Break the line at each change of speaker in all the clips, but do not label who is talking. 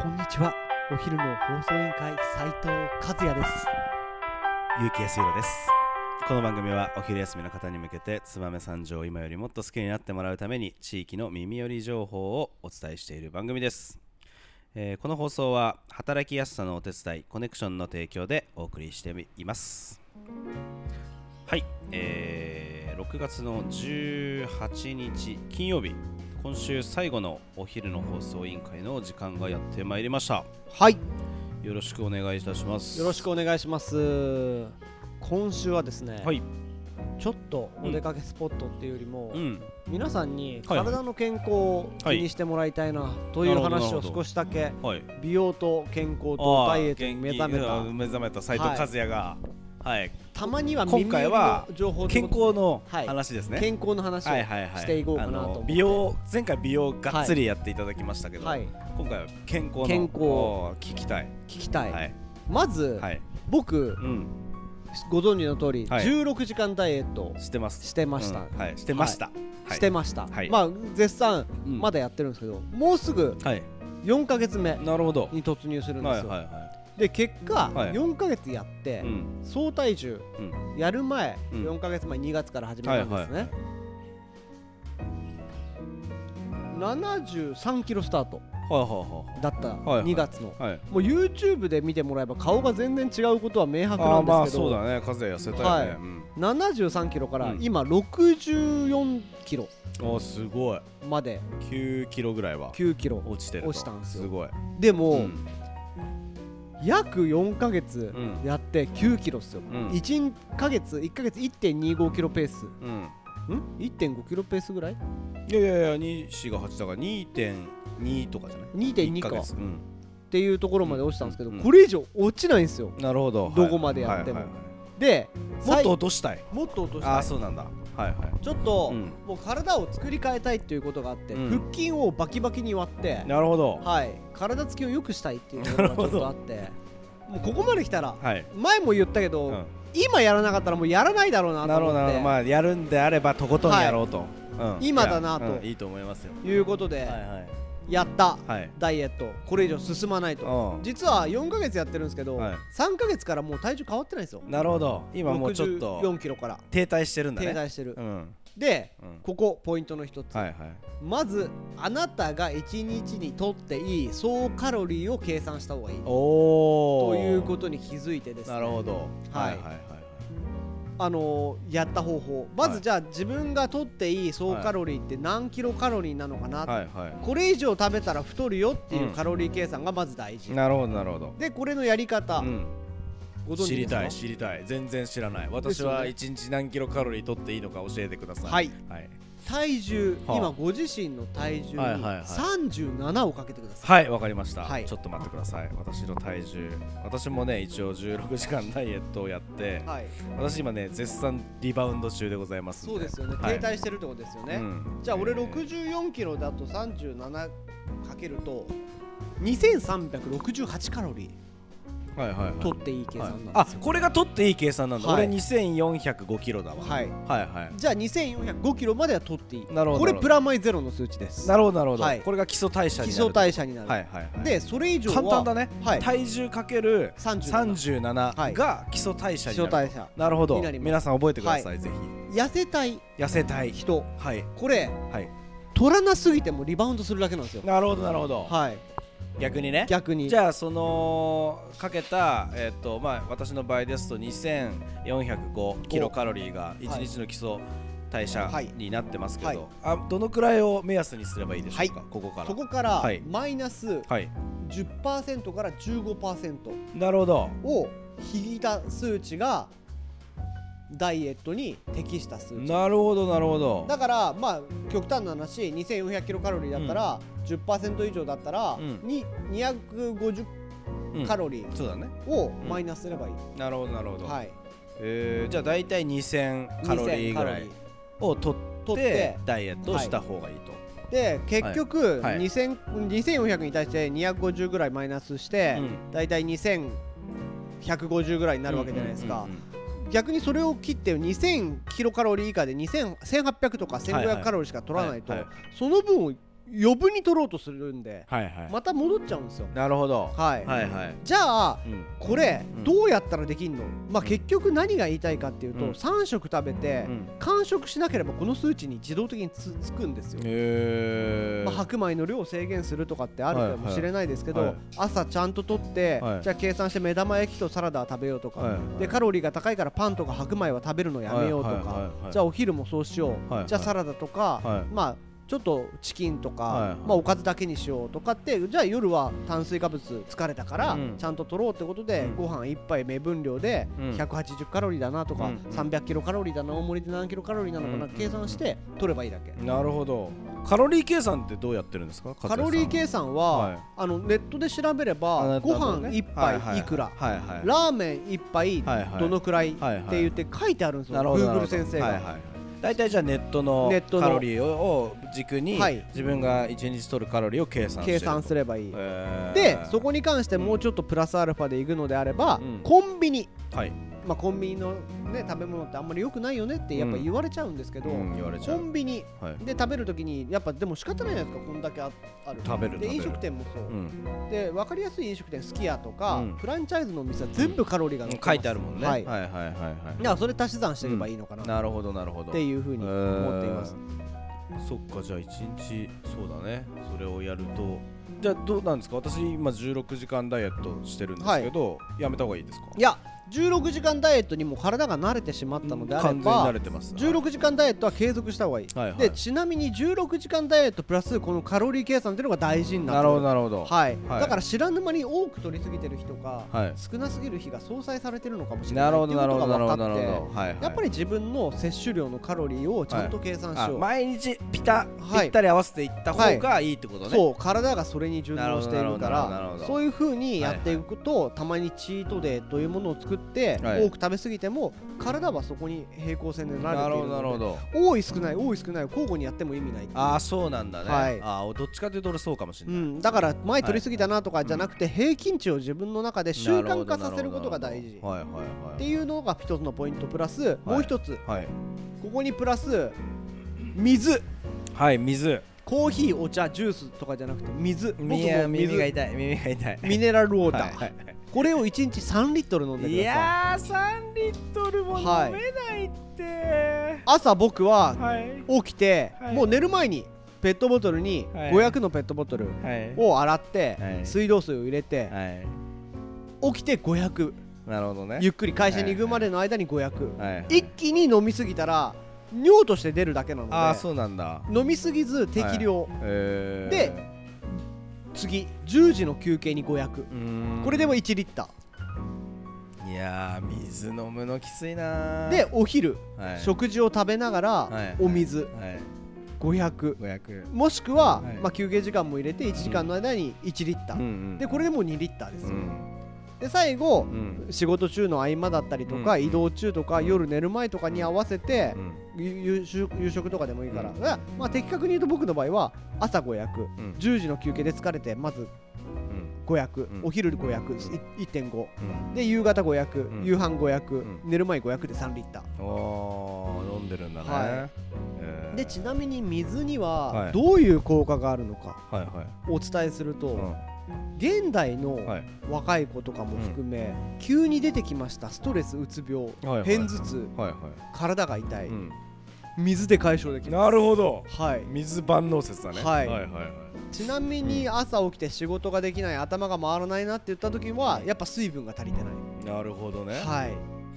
こんにちは。お昼の放送委員会斉藤和也です。
結城康弘ですこの番組はお昼休みの方に向けて燕三条を今よりもっと好きになってもらうために地域の耳寄り情報をお伝えしている番組です、えーこの放送は働きやすさのお手伝いコネクションの提供でお送りしていますはい、えー6月の18日金曜日今週最後のお昼の放送委員会の時間がやってまいりました
はい。
よろしくお願いいたします
よろしくお願いします。今週はですね、
はい
ちょっとお出かけスポットっていうよりも、
うん
皆さんに
はいはい
体の健康を気にしてもらいたいなという
な
話
るほどな
を
るほど
少しだけ
はい
美容と健康と
あ
ダ
あ
イエットに目覚め
元
た
気うん目覚めた斉藤和也が、はい
たまには耳
今回は
寄りの情報って
健
こと
康の
はい
話ですね、
健康の話を
はいはいはい
していこうかなと
あ
思って
の美容前回美容がっつりやっていただきましたけど、
はい
今回は健康の
健康
おー聞きたい
聞きた、
はいい
まず、
はい、
僕
うん
ご存知の通り、
はい
16時間ダイエットを
してます
してました
うんはいしてました、はい
してました、
はい
まあ絶賛
うん
まだやってるんですけど、もうすぐ
はい
4ヶ月目
なるほど
に突入するんで
は
す
いはい
よ、
は
で結果、
はい
4ヶ月やって、
いうん
総体重
うん
やる前、
うん
4ヶ月前2月から始めたんですね、73キロスタート
はいはい
だった
いはい
2月の、
はいはい
もう YouTube で見てもらえば顔が全然違うことは明白
あ
な
あ
ん
まあ
ですけ
そう
ど、
だね和也痩せたよね、
はい
うん
73キロから
うん
今64キロ
おーすごい
まで
9キロぐらいは
9キロ
落ちてると
落ちたんですよ
すごい
でも、
うん
約4ヶ月
うん
やって9キロっすよ、
うん
1ヶ月1ヶ月1.25キロペースん
うん、
1.5キロペースぐらい
いやいやいや2四が8だから2.2とかじゃない
2.2
一ヶ
かっ
月うん、
ていうところまで落ちたんですけど、
うん
これ以上落ちないんですよ
なるほど
どこまでやっても
はいはいは
で
いもっ
最
と落としたい
もっと落とし
あ
た
あー
い
そうなんだはいは
ちょっと、
うん
もう体を作り変えたいっていうことがあって、
うん
腹筋をバキバキに割って
い、なるほど
はい、体つきを良くしたいっていうところがちょっとあ ってもうここまで来たら
はい、
前も言ったけど、
うん、
今やらなかったらもうやらないだろうなと
なるほ
思
ど
っ
なるほ
て
どまあやるんであればとことんやろうと、うん、
今だなと
いやうんいいと思いますよ
いうことで、
はいはい
やった
はい
ダイエットこれ以上進まないと
う
実は4ヶ月やってるんですけど、
はい
3ヶ月からもう体重変わってないんですよ
んなるほど今もうちょっと
4キロから
停滞してるんだ
停
ね
滞してる、
うん
で
うん
ここポイントの一つ、
はいはい
まずあなたが1日にとっていい総カロリーを計算した方がいい
おお
ということに気づいてですね
なるほど
はい
はいはい
あのーやった方法まずじゃあ自分がとっていい総カロリーって何キロカロリーなのかな、
はいはいは
これ以上食べたら太るよっていううんカロリー計算がまず大事、
いなるほどなるほど
でこれのやり方、
うん
ご存知
知
で
り
すか
たい知りたい全然知らな
で
い
す
私
よね
は一日何キロカロリー取っていいのか教えてください
はい
はい、
体重、
はあ
今ご自身の体重に
はいはいはい
37をかけてください、
はい、わかりました、
はい
ちょっと待ってください私の体重私もね一応16時間ダイエットをやって
はい
私今ね絶賛リバウンド中でございますん
そうですよね、停滞してるってことですよね、
うん
じゃあ俺
えー
64キロだと37かけると2368カロリ
はいはいはい
ー取っていい計算な
は
んで
い
す
あ
よ、
これが取っていい計算なんだ、
はい
俺2405キロだわ
はい
はいは
じゃあ2405キロまでは取っていい
なるほど
これ
なるほど
プラマイゼロの数値です
いなるほどなるほど、
はい
これが基礎代謝
基
になる
礎代謝になる、
はいはいはい
でそれ以上は
簡単だね、
はい
体重かける
37
37が基礎代謝
基
に
礎
なる、
代謝
なるほど
になります
皆さん覚えてください、
は
ぜ
痩せたい
ひ痩せたい
人
はい
これ
はい
取らなすぎてもリバウンドするだけなんですよ
なるほどなるほど、
はい
逆にね
逆に
じゃあそのかけたえっ、とまあ私の場合ですと2405キロカロリーが1日の基礎代謝
はい
になってますけど、
はい
あどのくらいを目安にすればいいでしょうか、ここから
そこから
はい
マイナス
はい
10%から15%
なるほど
を引いた数値がダイエットに適した数値
なるほどなるほど
だからまあ極端な話2400キロカロリーだったら、10%以上だったら、
うん
に250
うん
カロリ
そうだね
ーをマイナスすればいい、
なるほどなるほど、
はい
えーじゃあ大体2000カロリー
2000
ぐ
カロ
ら
リ
い
ー
を取っ
取ってて
ダイエットをした方がいいと、
で結局、
はいはい
2000 2400に対して250ぐらいマイナスして、
うん
だいたい2150ぐらいになるわけじゃないですか、
うんうん
逆にそれを切って2000キロカロリー以下で2000 1800とか
はいはい
1500カロリーしか取らないと、
はいはい
その分を余分に取ろうとするんで
はいはい、
また戻っちゃうんですよ
なるほど
はい、
はいはい、
じゃあ
うん、
これ
うん
どうやったらできんの、まあ、結局何が言いたいかっていうと、
うん
3食食べて
うん
完食しなければこの数値に自動的につつくんですよ、
へえ
まあ、白米の量を制限するとかってあるかもしれないですけど、
はいはい
朝ちゃんと取って、
はい
じゃあ計算して目玉焼きとサラダ食べようとか、
はいはい
でカロリーが高いからパンとか白米は食べるのやめようとか、
はいはいはいはい
じゃあお昼もそうしよう、
はいはい
じゃあサラダとか、
はい
まあちょっとチキンとか、
はいはい
まあ、おかずだけにしようとかってじゃあ夜は炭水化物疲れたから、
うん
ちゃんと取ろうってことで、
うん
ご飯一杯目分量で
うん
180カロリーだなとか、
うんうん
300キロカロリーだな大盛りで何キロカロリーなのかな、
うん
計算して取ればいいだけ。
なるほどカロリー計算ってどうやってるんですか
カロリー計算は、
はい
あのネットで調べれば
あ
ご
なるほど
飯
ね
一杯いくら、
はいはい
ラーメン一杯
はいはい
どのくらいって
はいはい
言って書いてあるんですよ、
なるほどなる
Google
ほど
先生が、
はいはいはい大体じゃあネットの
ネットの
カロリーを軸に
はい
自分が1日取るカロリーを計算して
計算すればいい。
る
でそこ
に
に関してもうちょっとプラスアルファでいくのであれば、
うん
コンビニ、
はい
まあ、コンビニの、ね、食べ物ってあんまり良くないよねってやっぱ
うん
言われちゃうんですけど、
うん言われち
コ
ゃう
ンビニ
はい
で食べるときにやっぱでも仕方ないじゃないですかこんだけあある
食べる
で
食べる
飲食店もそう、
うん
で分かりやすい飲食店すき家とか、
うん
フランチャイズのお店は全部カロリーが載ってます
書いてあるもんね
は
はいいはいはいは
だからそれ足し算していけばいいのかないっ
なるほどなるほど
ていうふうに思っています、
えーそっかじゃあ一日そうだねそれをやるとじゃあどうなんですか私今16時間ダイエットしてるんですけど、やめた方がいいですか
いや16時間ダイエットにもう体が慣れてしまったのであれ
完全に慣
ば
れてます
16時間ダイエットは継続した方がいい、
はいはい
でちなみに16時間ダイエットプラスこのカロリー計算っていうのが大事になって
なるほど
る
なるほど
はい、
はい
だから知らぬ間に多く取りすぎてる日とか、
はい
少なすぎる日が相殺されてるのかもしれない
な
っ
る
てい
ほ
うこ
どなるほ
とが
どなる
分かって
ほどなるほどはいはい
やっぱり自分の摂取量のカロリーをちゃんと計算し
あ
よう、
毎日ピタ
はい
ぴったり合わせていった方がいいってことね、
そう体がそれに順応しているか
なるほどなるほ
ら
ど
そういうふうにやっていくと、たまにチートデーというものを作って、
はい
多く食べ過ぎても体はそこに平行線で慣
な
れて
る
い
ほ
る
どなるほ
ので
ど
多い少ない多い少ないを交互にやっても意味ないっていう
ああそうなんだね、
はい
ああどっちかというと俺そうかもしれ
う
ない、
ん、だから前取り過ぎたなとかじゃなくて平均値を自分の中で習慣化させることが大事っ
はいはいはい
ていうのが一つのポイントプラスもう一つ
はい、
ここにプラス水
はい、水
コーヒーお茶ジュースとかじゃなくて水僕も
耳が耳が痛い耳が痛い
ミネラルウォーター、
はいはい
これを1日3リットル飲んでください
いやー3リットルも飲
はい
めないって
朝僕は
はい
起きて、
はい
もう寝る前にペットボトルに
はい
500のペットボトル
はい
を洗って、
はい
水道水を入れて、
はい
起きて500
なるほどね
ゆっくり会社に行くまでの間に500、
はいはい
一気に飲みすぎたら尿として出るだけなので
ああそうなんだ
飲みすぎず適量、
えー、
で次10時の休憩に500
うーん
これでも1リッタ
いやー水飲むのきついな
ー
ー
で、お昼、
はい、
食事を食べながら、
い
お水
はい
500
500
もしくは、
はい
まあ、休憩時間も入れて1時間の間に1リッター、
うんうん
でこれでもう2リッターです
う
よ、
ん
で最後、
うん
仕事中の合間だったりとか、
うん
移動中とか夜寝る前とかに合わせて
う、ん
ゆ夕食夕食とかでもいいから、
うん
だからまあ、的確に言うと僕の場合は朝500、
うん
10時の休憩で疲れてまず
うん
500、
うん
お昼500、い1.5
うん
で夕方500、
うん
夕飯500、
ん
寝る前500で3リッター、
おー飲んでるんだね、
はい
えー
でちなみに水に
は
はいどういう効果があるのか
はいはい
お伝えすると、
うん
現代の、
はい
若い子とかも含め、急に出てきましたストレスうつ病、
はいはい
片頭痛
はいは
体が痛い、
い、うん、
水で解消できま
なるほど
すはい
水万能説だね
はい
はいはいはい
ちなみに朝起きて仕事ができない頭が回らないなって言った時はやっぱ水分が足りてない、
なるほどね
はい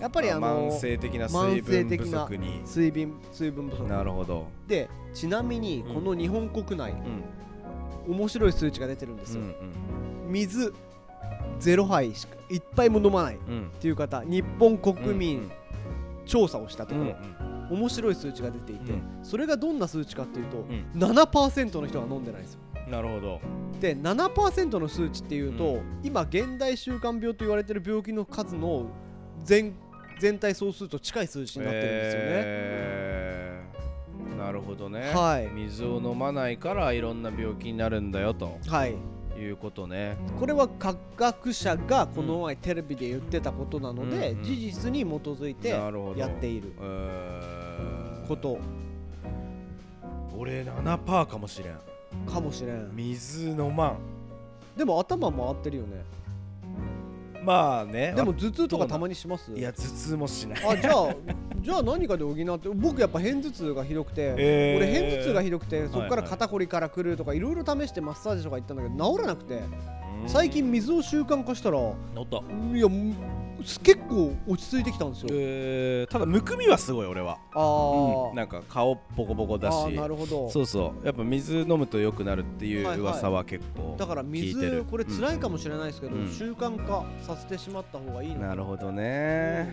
やっぱりあの
慢性的な水分不足に
水分水分不
な
足
るほど
でちなみに
うん
この日本国内
う、ん
面白い数値が出てるんです
う
よ、
ん
水0杯しか一杯も飲まないっ
うん
ていう方日本国
うん
民調査をしたと
う
ころ、
ん
面白い数値が出ていて、
うん
それがどんな数値かっていうと、
ん
7%の人が飲んでないんですよ
うんなるほど
で7%の数値っていうと、
う
今現代習慣病と言われてる病気の数の全全体総数と近い数値になってるんですよね、
えーなるほどね
はい
水を飲まないからいろんな病気になるんだよと
はい
いうことね
これは科学者がこの前テレビで言ってたことなので、
うんうん
事実に基づいて
なるほど
やっている
えー
こと
俺7%かもしれん
かもしれん
水飲まん
でも頭回ってるよね
まあね
でも頭痛とかたまにします
いや頭痛もしない
あじゃあ じゃあ何かで補って僕やっぱ片頭痛がひどくて、
えー
俺片頭痛がひどくてそこか
は
ら
いはい
肩こりからくるとかいろいろ試してマッサージとか行ったんだけど治らなくて最近水を習慣化したらい
乗った
やむ結構落ち着いてきたんですよ、
えーただむくみはすごい俺は
あー、
うんなんか顔ボコボコだし
あーなるほど
そうそうやっぱ水飲むと良くなるってい
はいうはい
噂は結構
だから
聞いて
水
る
これ辛いかもしれないですけど、
うん
習慣化させてしまった方がいいの
なるほど
ね
ね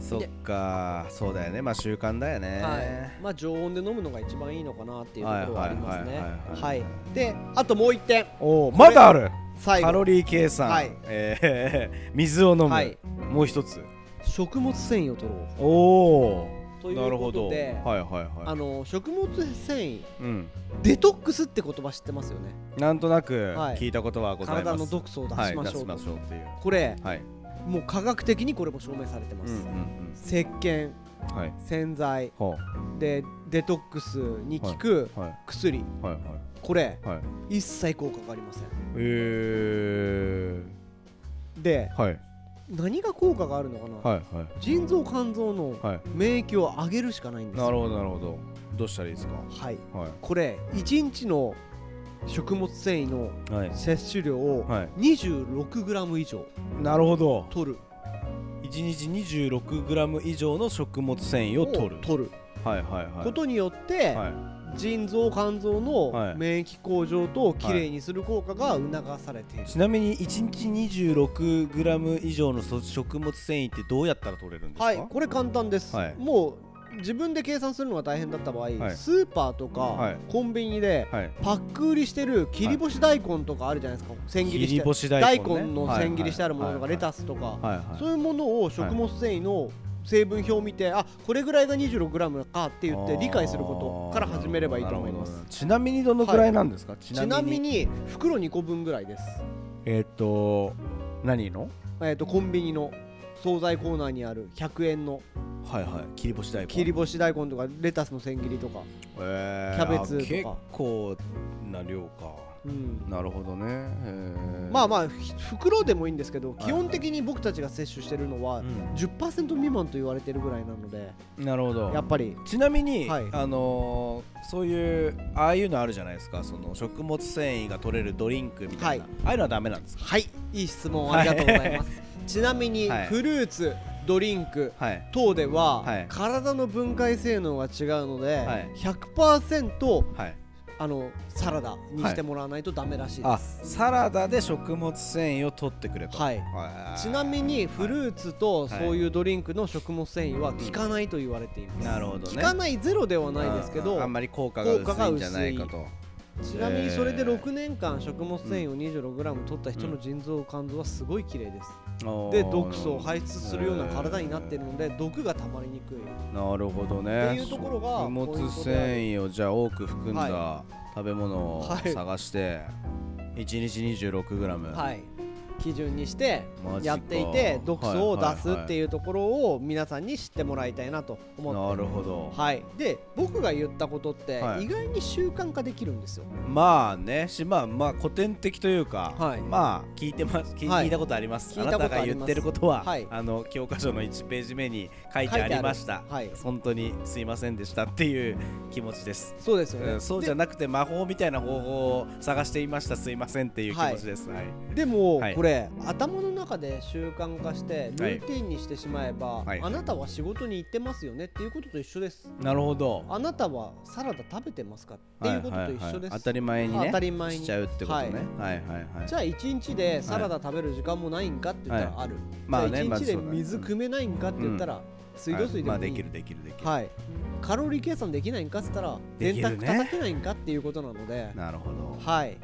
そっかそうだよねまあ習慣だよね、
はいまあ、常温で飲むのが一番いいのかなっていうところはありますね
ははい
はい
はいはい
いであともう一点
おーまだある
最
カ
後
ロリー計算、
はい
えー 水を飲む、
はい
もう一つ
食物繊維を取ろう
おお
という
なるほ
こ
ど
と
はい
で
はいは
あ
い
の食物繊維
うん
デトックスって言葉知ってますよね
なんとなく
はい
聞いたことはございます
体の毒素を出しましょうと、
はい、出しましょうっていう
これ
はい
もう科学的にこれも証明されてま
う
す、
んうん
石鹸
うんはい
洗剤
ほ
でデトックスに効く
うはい
薬、
はい
これ
はいはい
一切効果がありません
え
で
ー、はい
何が効果があるのかな、
はいは
腎臓肝臓の
いはい
免疫を上げるしかないんですよ
なるほどなるほどどうしたらいいですか
はい
はい
これ1日の食物繊維の
はい
摂取量を
はい
2 6ム以上
なるほど
取る
1日 26g 以上の食物繊維を取る
取る
はいはいはい
ことによって、
はい
腎臓肝臓
は
の
い
免疫向上ときれいにする効果が促されている、
ちなみに1日 26g 以上のそ食物繊維ってどうやったら取れるんですか
はいこれ簡単です、
はい
もう自分で計算するのが大変だった場合、
い
スーパーとか、
はい
コンビニで
はい
パック売りしてる切り干し大根とかあるじゃないですか千切りして
切り干し大
大根
根,、ね、
の千切りしてあるものとか
はいはい
レタスとか、
はいはい
そういうものを食物繊維の成分表を見て、あこれぐらいが 26g かって言って理解することから始めればいいと思いま
なる
す
ほどちなみにどのくらいなんですか、ち
ちなみに袋2個分ぐらいです
えーっ、と何の
えー、とコンビニの惣菜コーナーにある100円の
はいはい切り干し大根
切り干し大根とかレタスの千切りとか、
え
キャベツとか
あ結構な量か
うん、
なるほどねえー
まあまあひ袋でもいいんですけど
い
基本的に僕たちが摂取してるのは
うん
10%未満と言われてるぐらいなので
なるほど
やっぱり
ちなみに、
はい
あのーそういうああいうのあるじゃないですかその食物繊維が取れるドリンクみたいな、
はい
ああいうのはダメなんですか
はいいい質問ありがとうございます、 ちなみに
はい
フルーツドリンク
はい
等では、
はい
体の分解性能が違うので、
はい
100%
はい
あのサラダにしてもらわないとダメらしいで
あ
す、
サラダで食物繊維を取ってくれと
はい
あー
ちなみにフルーツと
はい
そういうドリンクの食物繊維は効かないと言われています、
なるほどね
効かないゼロではないですけ
あ
ど
ーあんまり効果が薄いんじゃないかと
ちなみにそれで
えー
6年間食物繊維を 26g 取った人の腎臓肝臓はすごい綺麗です、
おー
で毒素を排出するような体になっているので毒がたまりにくい
なるほど
っ
ね
ていうところが
食物繊維をじゃあ多く含んだ、
は
食べ物を
はい
探して、1日 26g
はい、基準にして
マジか
やっていて毒素を
はいはいはい
出すっていうところを皆さんに知ってもらいたいなと思って
なるほど、
はい、で僕が言ったことって
はい
意外に習慣化できるんですよ。
まあねしまあまあ古典的というか、
はい
まあ聞いてます聞,、
はい
い、たことあります
聞
あ
い
な
たこと
た
あります
が言ってることは、
はい
あの教科書の1ページ目に書いてありました、
はい、
本当にすいませんでしたっていう気持ちです、
そうですよ
う
ね。
んそうじゃ
で
なくて魔法みたいな方法を探していましたすいませんっていう気持ちです、はい
でも、
はい
これ頭の中で習慣化してルーティンにしてしまえば、
はい
あなたは仕事に行ってますよねっていうことと一緒です。
なるほど
あなたはサラダ食べてますかっていうことと一緒です。
当たり前にね
当たり前に
しちゃうってことね、はい、はいはい
じゃあ1日でサラダ食べる時間もないんかって言ったら
は
ある。
まあ
じ
ね
ゃ
ま
あ
あ
1日で水汲めないんかって言ったら水道水で
ま
も
あ
い
で
い
きるできるできる、
はい、カロリー計算できないんかっつったら
で
電
きる
卓
ね
叩けないんかっていうことなので
なるほど
はい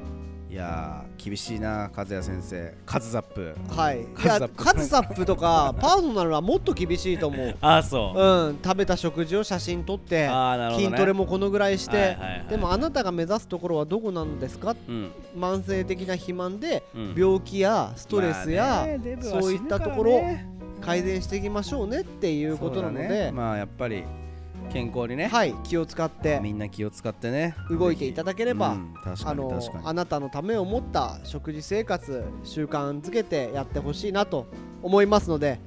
いやー厳しいな和也先生カズザップ
はいい
カズ
や
サップ
カズサップとかパーソナルはもっと厳しいと思う
ああそう、
うん食べた食事を写真撮って
ああなるほど、ね、
筋トレもこのぐらいして、
はいはいはい
でもあなたが目指すところはどこなんですか
うん
慢性的な肥満で
うん
病気やストレス
まあ
や
ねデブは
そうい
死
っ
ぬ
た
からね
ところ改善していきましょうねっていうことなの
そうだね
で
まあやっぱり健康にね、
はい、気を使って
みんな気を使ってね
動いていただければ
ぜひうん確か
あ
に
の
確かに
あなたのためを持った食事生活習慣づけてやってほしいなと思いますので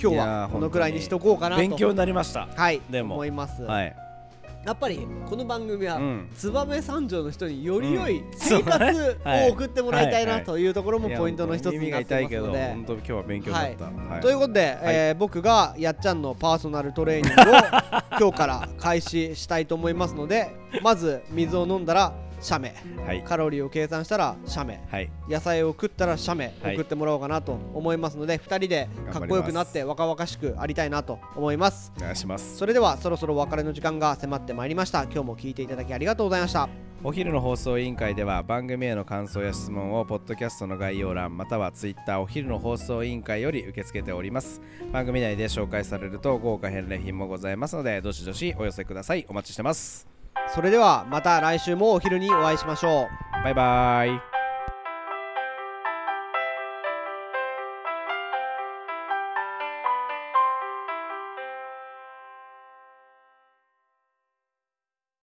今日
いやー
はこのくらいにしとこうかなと
勉強になりました
はい
でも
思います、
はい
やっぱりこの番組は、
うん
燕三条の人により良い
うん
生活
はい
を送ってもらいたい
はい
な
はい
というところもポイントの一つになってますの
いや
で
本。当に耳が痛いけど本当今日は勉強になった、はい
ということで、えー僕がやっちゃんのパーソナルトレーニン グを今日から開始したいと思いますのでまず水を飲んだら写メ
はい
カロリーを計算したら写メ
はい
野菜を食ったら写メ
はい
送ってもらおうかなと思いますので、2人でかっこよくなって若々しくありたいなと思います
お願いします
それではそろそろお別れの時間が迫ってまいりました今日も聞いていただきありがとうございました
お昼の放送委員会では番組への感想や質問をポッドキャストの概要欄またはツイッターお昼の放送委員会より受け付けております番組内で紹介されると豪華返礼品もございますのでどしどしお寄せくださいお待ちしてます
それではまた来週もお昼にお会いしましょう
バイバイ